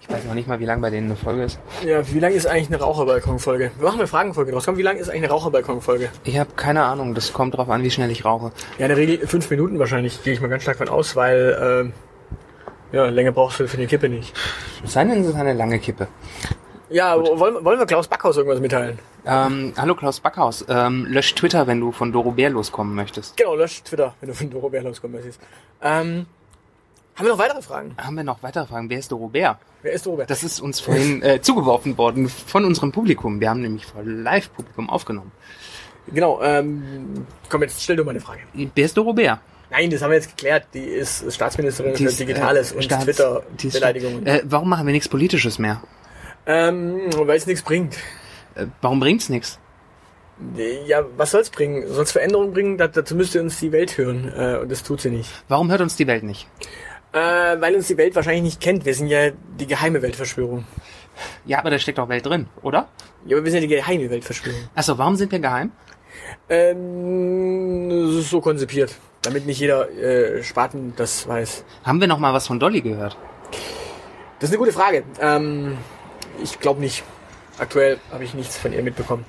Ich weiß noch nicht mal, wie lange bei denen eine Folge ist. Ja, wie lang ist eigentlich eine Raucherbalkonfolge? Wir machen eine Fragenfolge draus. Komm, wie lang ist eigentlich eine Raucherbalkonfolge? Ich habe keine Ahnung, das kommt drauf an, wie schnell ich rauche. Ja, in der Regel fünf Minuten wahrscheinlich, gehe ich mal ganz stark von aus, weil äh, ja, länger brauchst du für eine Kippe nicht. Es sei denn, es ist eine lange Kippe. Ja, wollen, wollen wir Klaus Backhaus irgendwas mitteilen? Ähm, hallo Klaus Backhaus, ähm, lösch Twitter, wenn du von Doro Bär loskommen möchtest. Genau, lösch Twitter, wenn du von Doro Bär loskommen möchtest. Ähm, haben wir noch weitere Fragen? Haben wir noch weitere Fragen? Wer ist Doro Bär? Wer ist Doro Bär? Das ist uns vorhin äh, zugeworfen worden von unserem Publikum. Wir haben nämlich vor Live-Publikum aufgenommen. Genau, ähm, komm jetzt, stell du mal eine Frage. Wer ist Doro Bär? Nein, das haben wir jetzt geklärt. Die ist Staatsministerin Die für ist, äh, Digitales und Staats- die ist- Twitter-Beleidigungen. Äh, warum machen wir nichts Politisches mehr? Ähm, weil es nichts bringt. Äh, warum bringt's nichts? Ja, was soll's bringen? Soll's Veränderungen bringen? Da- Dazu müsste uns die Welt hören. Äh, und das tut sie nicht. Warum hört uns die Welt nicht? Äh, weil uns die Welt wahrscheinlich nicht kennt. Wir sind ja die geheime Weltverschwörung. Ja, aber da steckt auch Welt drin, oder? Ja, aber wir sind ja die geheime Weltverschwörung. Achso, warum sind wir geheim? Ähm, es ist so konzipiert. Damit nicht jeder äh, Spaten das weiß. Haben wir noch mal was von Dolly gehört? Das ist eine gute Frage. Ähm, ich glaube nicht. Aktuell habe ich nichts von ihr mitbekommen.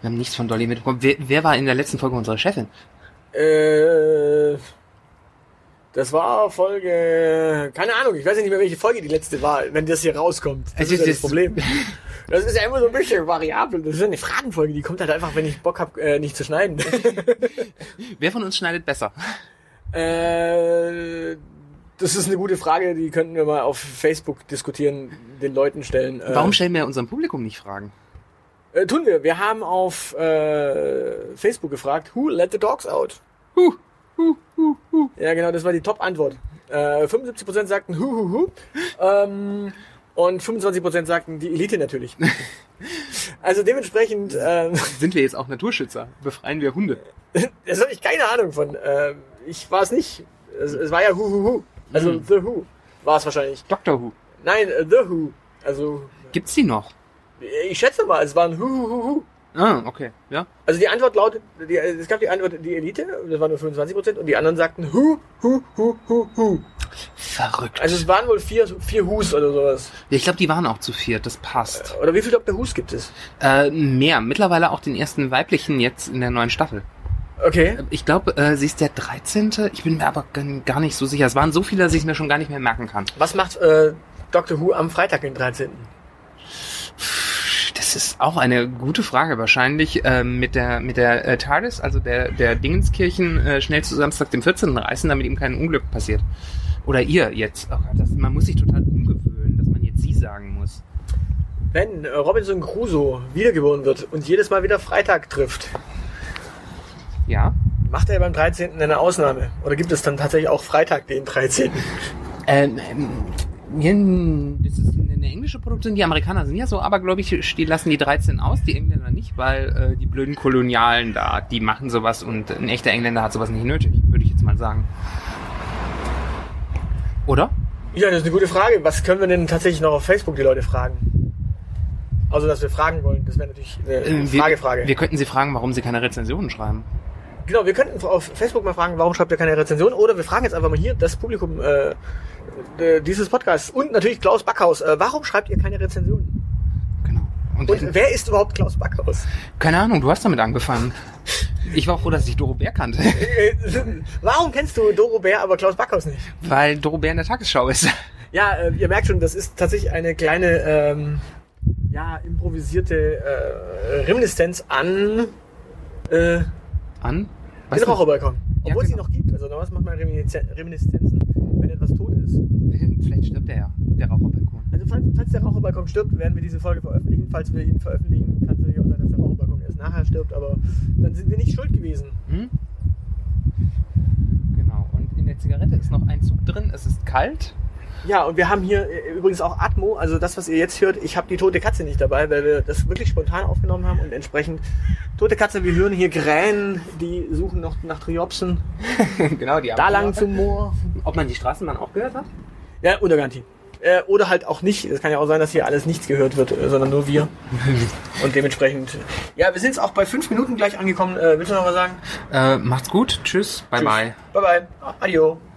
Wir haben nichts von Dolly mitbekommen. Wer, wer war in der letzten Folge unsere Chefin? Äh, das war Folge. Keine Ahnung, ich weiß ja nicht mehr, welche Folge die letzte war, wenn das hier rauskommt. Es Das ist, ist- ja es- das Problem. Das ist ja immer so ein bisschen variabel. Das ist ja eine Fragenfolge, die kommt halt einfach, wenn ich Bock habe, äh, nicht zu schneiden. Wer von uns schneidet besser? äh, das ist eine gute Frage, die könnten wir mal auf Facebook diskutieren, den Leuten stellen. Äh, Warum stellen wir unserem Publikum nicht Fragen? Äh, tun wir. Wir haben auf äh, Facebook gefragt, who let the dogs out? Huh, Ja, genau, das war die Top-Antwort. Äh, 75% sagten hu hu hu. Ähm, und 25% sagten die Elite natürlich. Also dementsprechend, ähm, Sind wir jetzt auch Naturschützer? Befreien wir Hunde? das habe ich keine Ahnung von. Ähm, ich war es nicht. Es, es war ja hu hu hu. Also Mhm. The Who war es wahrscheinlich. Doctor Who. Nein, äh, The Who. Also Gibt's die noch? ich schätze mal, es waren hu hu hu hu. Ah, okay. Ja. Also die Antwort lautet, die, äh, es gab die Antwort die Elite, das waren nur 25% und die anderen sagten Hu, Hu, Hu, Hu, Hu. Verrückt. Also es waren wohl vier, vier Hus oder sowas. Ich glaube, die waren auch zu viert. Das passt. Oder wie viele Dr. Hus gibt es? Äh, mehr. Mittlerweile auch den ersten weiblichen jetzt in der neuen Staffel. Okay. Ich glaube, äh, sie ist der 13. Ich bin mir aber g- gar nicht so sicher. Es waren so viele, dass ich es mir schon gar nicht mehr merken kann. Was macht äh, Dr. Who am Freitag, den 13.? Das ist auch eine gute Frage wahrscheinlich. Ähm, mit der mit der äh, TARDIS, also der der Dingenskirchen, äh, schnell zu Samstag dem 14. reißen, damit ihm kein Unglück passiert. Oder ihr jetzt. Oh Gott, das, man muss sich total umgewöhnen, dass man jetzt sie sagen muss. Wenn äh, Robinson Crusoe wiedergeboren wird und jedes Mal wieder Freitag trifft, Ja. macht er beim 13. eine Ausnahme? Oder gibt es dann tatsächlich auch Freitag, den 13.? Ähm, ähm, das ist eine englische Produktion. Die Amerikaner sind ja so, aber glaube ich, die lassen die 13 aus, die Engländer nicht, weil äh, die blöden Kolonialen da, die machen sowas und ein echter Engländer hat sowas nicht nötig, würde ich jetzt mal sagen. Oder? Ja, das ist eine gute Frage. Was können wir denn tatsächlich noch auf Facebook die Leute fragen? Also, dass wir fragen wollen, das wäre natürlich eine Ähm, wir- Frage, Frage. Wir könnten sie fragen, warum sie keine Rezensionen schreiben. Genau, wir könnten auf Facebook mal fragen, warum schreibt ihr keine Rezension? Oder wir fragen jetzt einfach mal hier das Publikum äh, äh, dieses Podcasts und natürlich Klaus Backhaus. Äh, warum schreibt ihr keine Rezension? Genau. Und, Und wer ist überhaupt Klaus Backhaus? keine Ahnung, du hast damit angefangen. Ich war froh, dass ich Doro Bär kannte, Äh, warum kennst du Doro Bär, aber Klaus Backhaus nicht? weil Doro Bär in der Tagesschau ist. Ja, äh, ihr merkt schon, das ist tatsächlich eine kleine, ähm, ja, improvisierte äh, Reminiszenz an äh, An? den Raucherbalkon. Ja, Obwohl es sie genau. noch gibt. Also, was macht man Reminizen- Reminiszenzen, wenn etwas tot ist? Vielleicht stirbt er ja, der Raucherbalkon. Also falls, falls der Raucherbalkon stirbt, werden wir diese Folge veröffentlichen. Falls wir ihn veröffentlichen, kann es natürlich auch sein, dass der Raucherbalkon erst nachher stirbt, aber dann sind wir nicht schuld gewesen. Hm? Genau. Und in der Zigarette ist noch ein Zug drin. Es ist kalt. Ja, und wir haben hier äh, übrigens auch Atmo, also das, was ihr jetzt hört, ich habe die tote Katze nicht dabei, weil wir das wirklich spontan aufgenommen haben und entsprechend tote Katze, wir hören hier Krähen, die suchen noch nach Triopsen, genau, die da haben- lang zum Moor. Ob man die Straßenbahn auch gehört hat? Ja, unter Garantie. Äh, Oder halt auch nicht. Es kann ja auch sein, dass hier alles nichts gehört wird, äh, sondern nur wir. Und dementsprechend. Ja, wir sind jetzt auch bei fünf Minuten gleich angekommen. Äh, Willst du noch was sagen? Äh, macht's gut. Tschüss. Bye bye. Bye bye. Adio.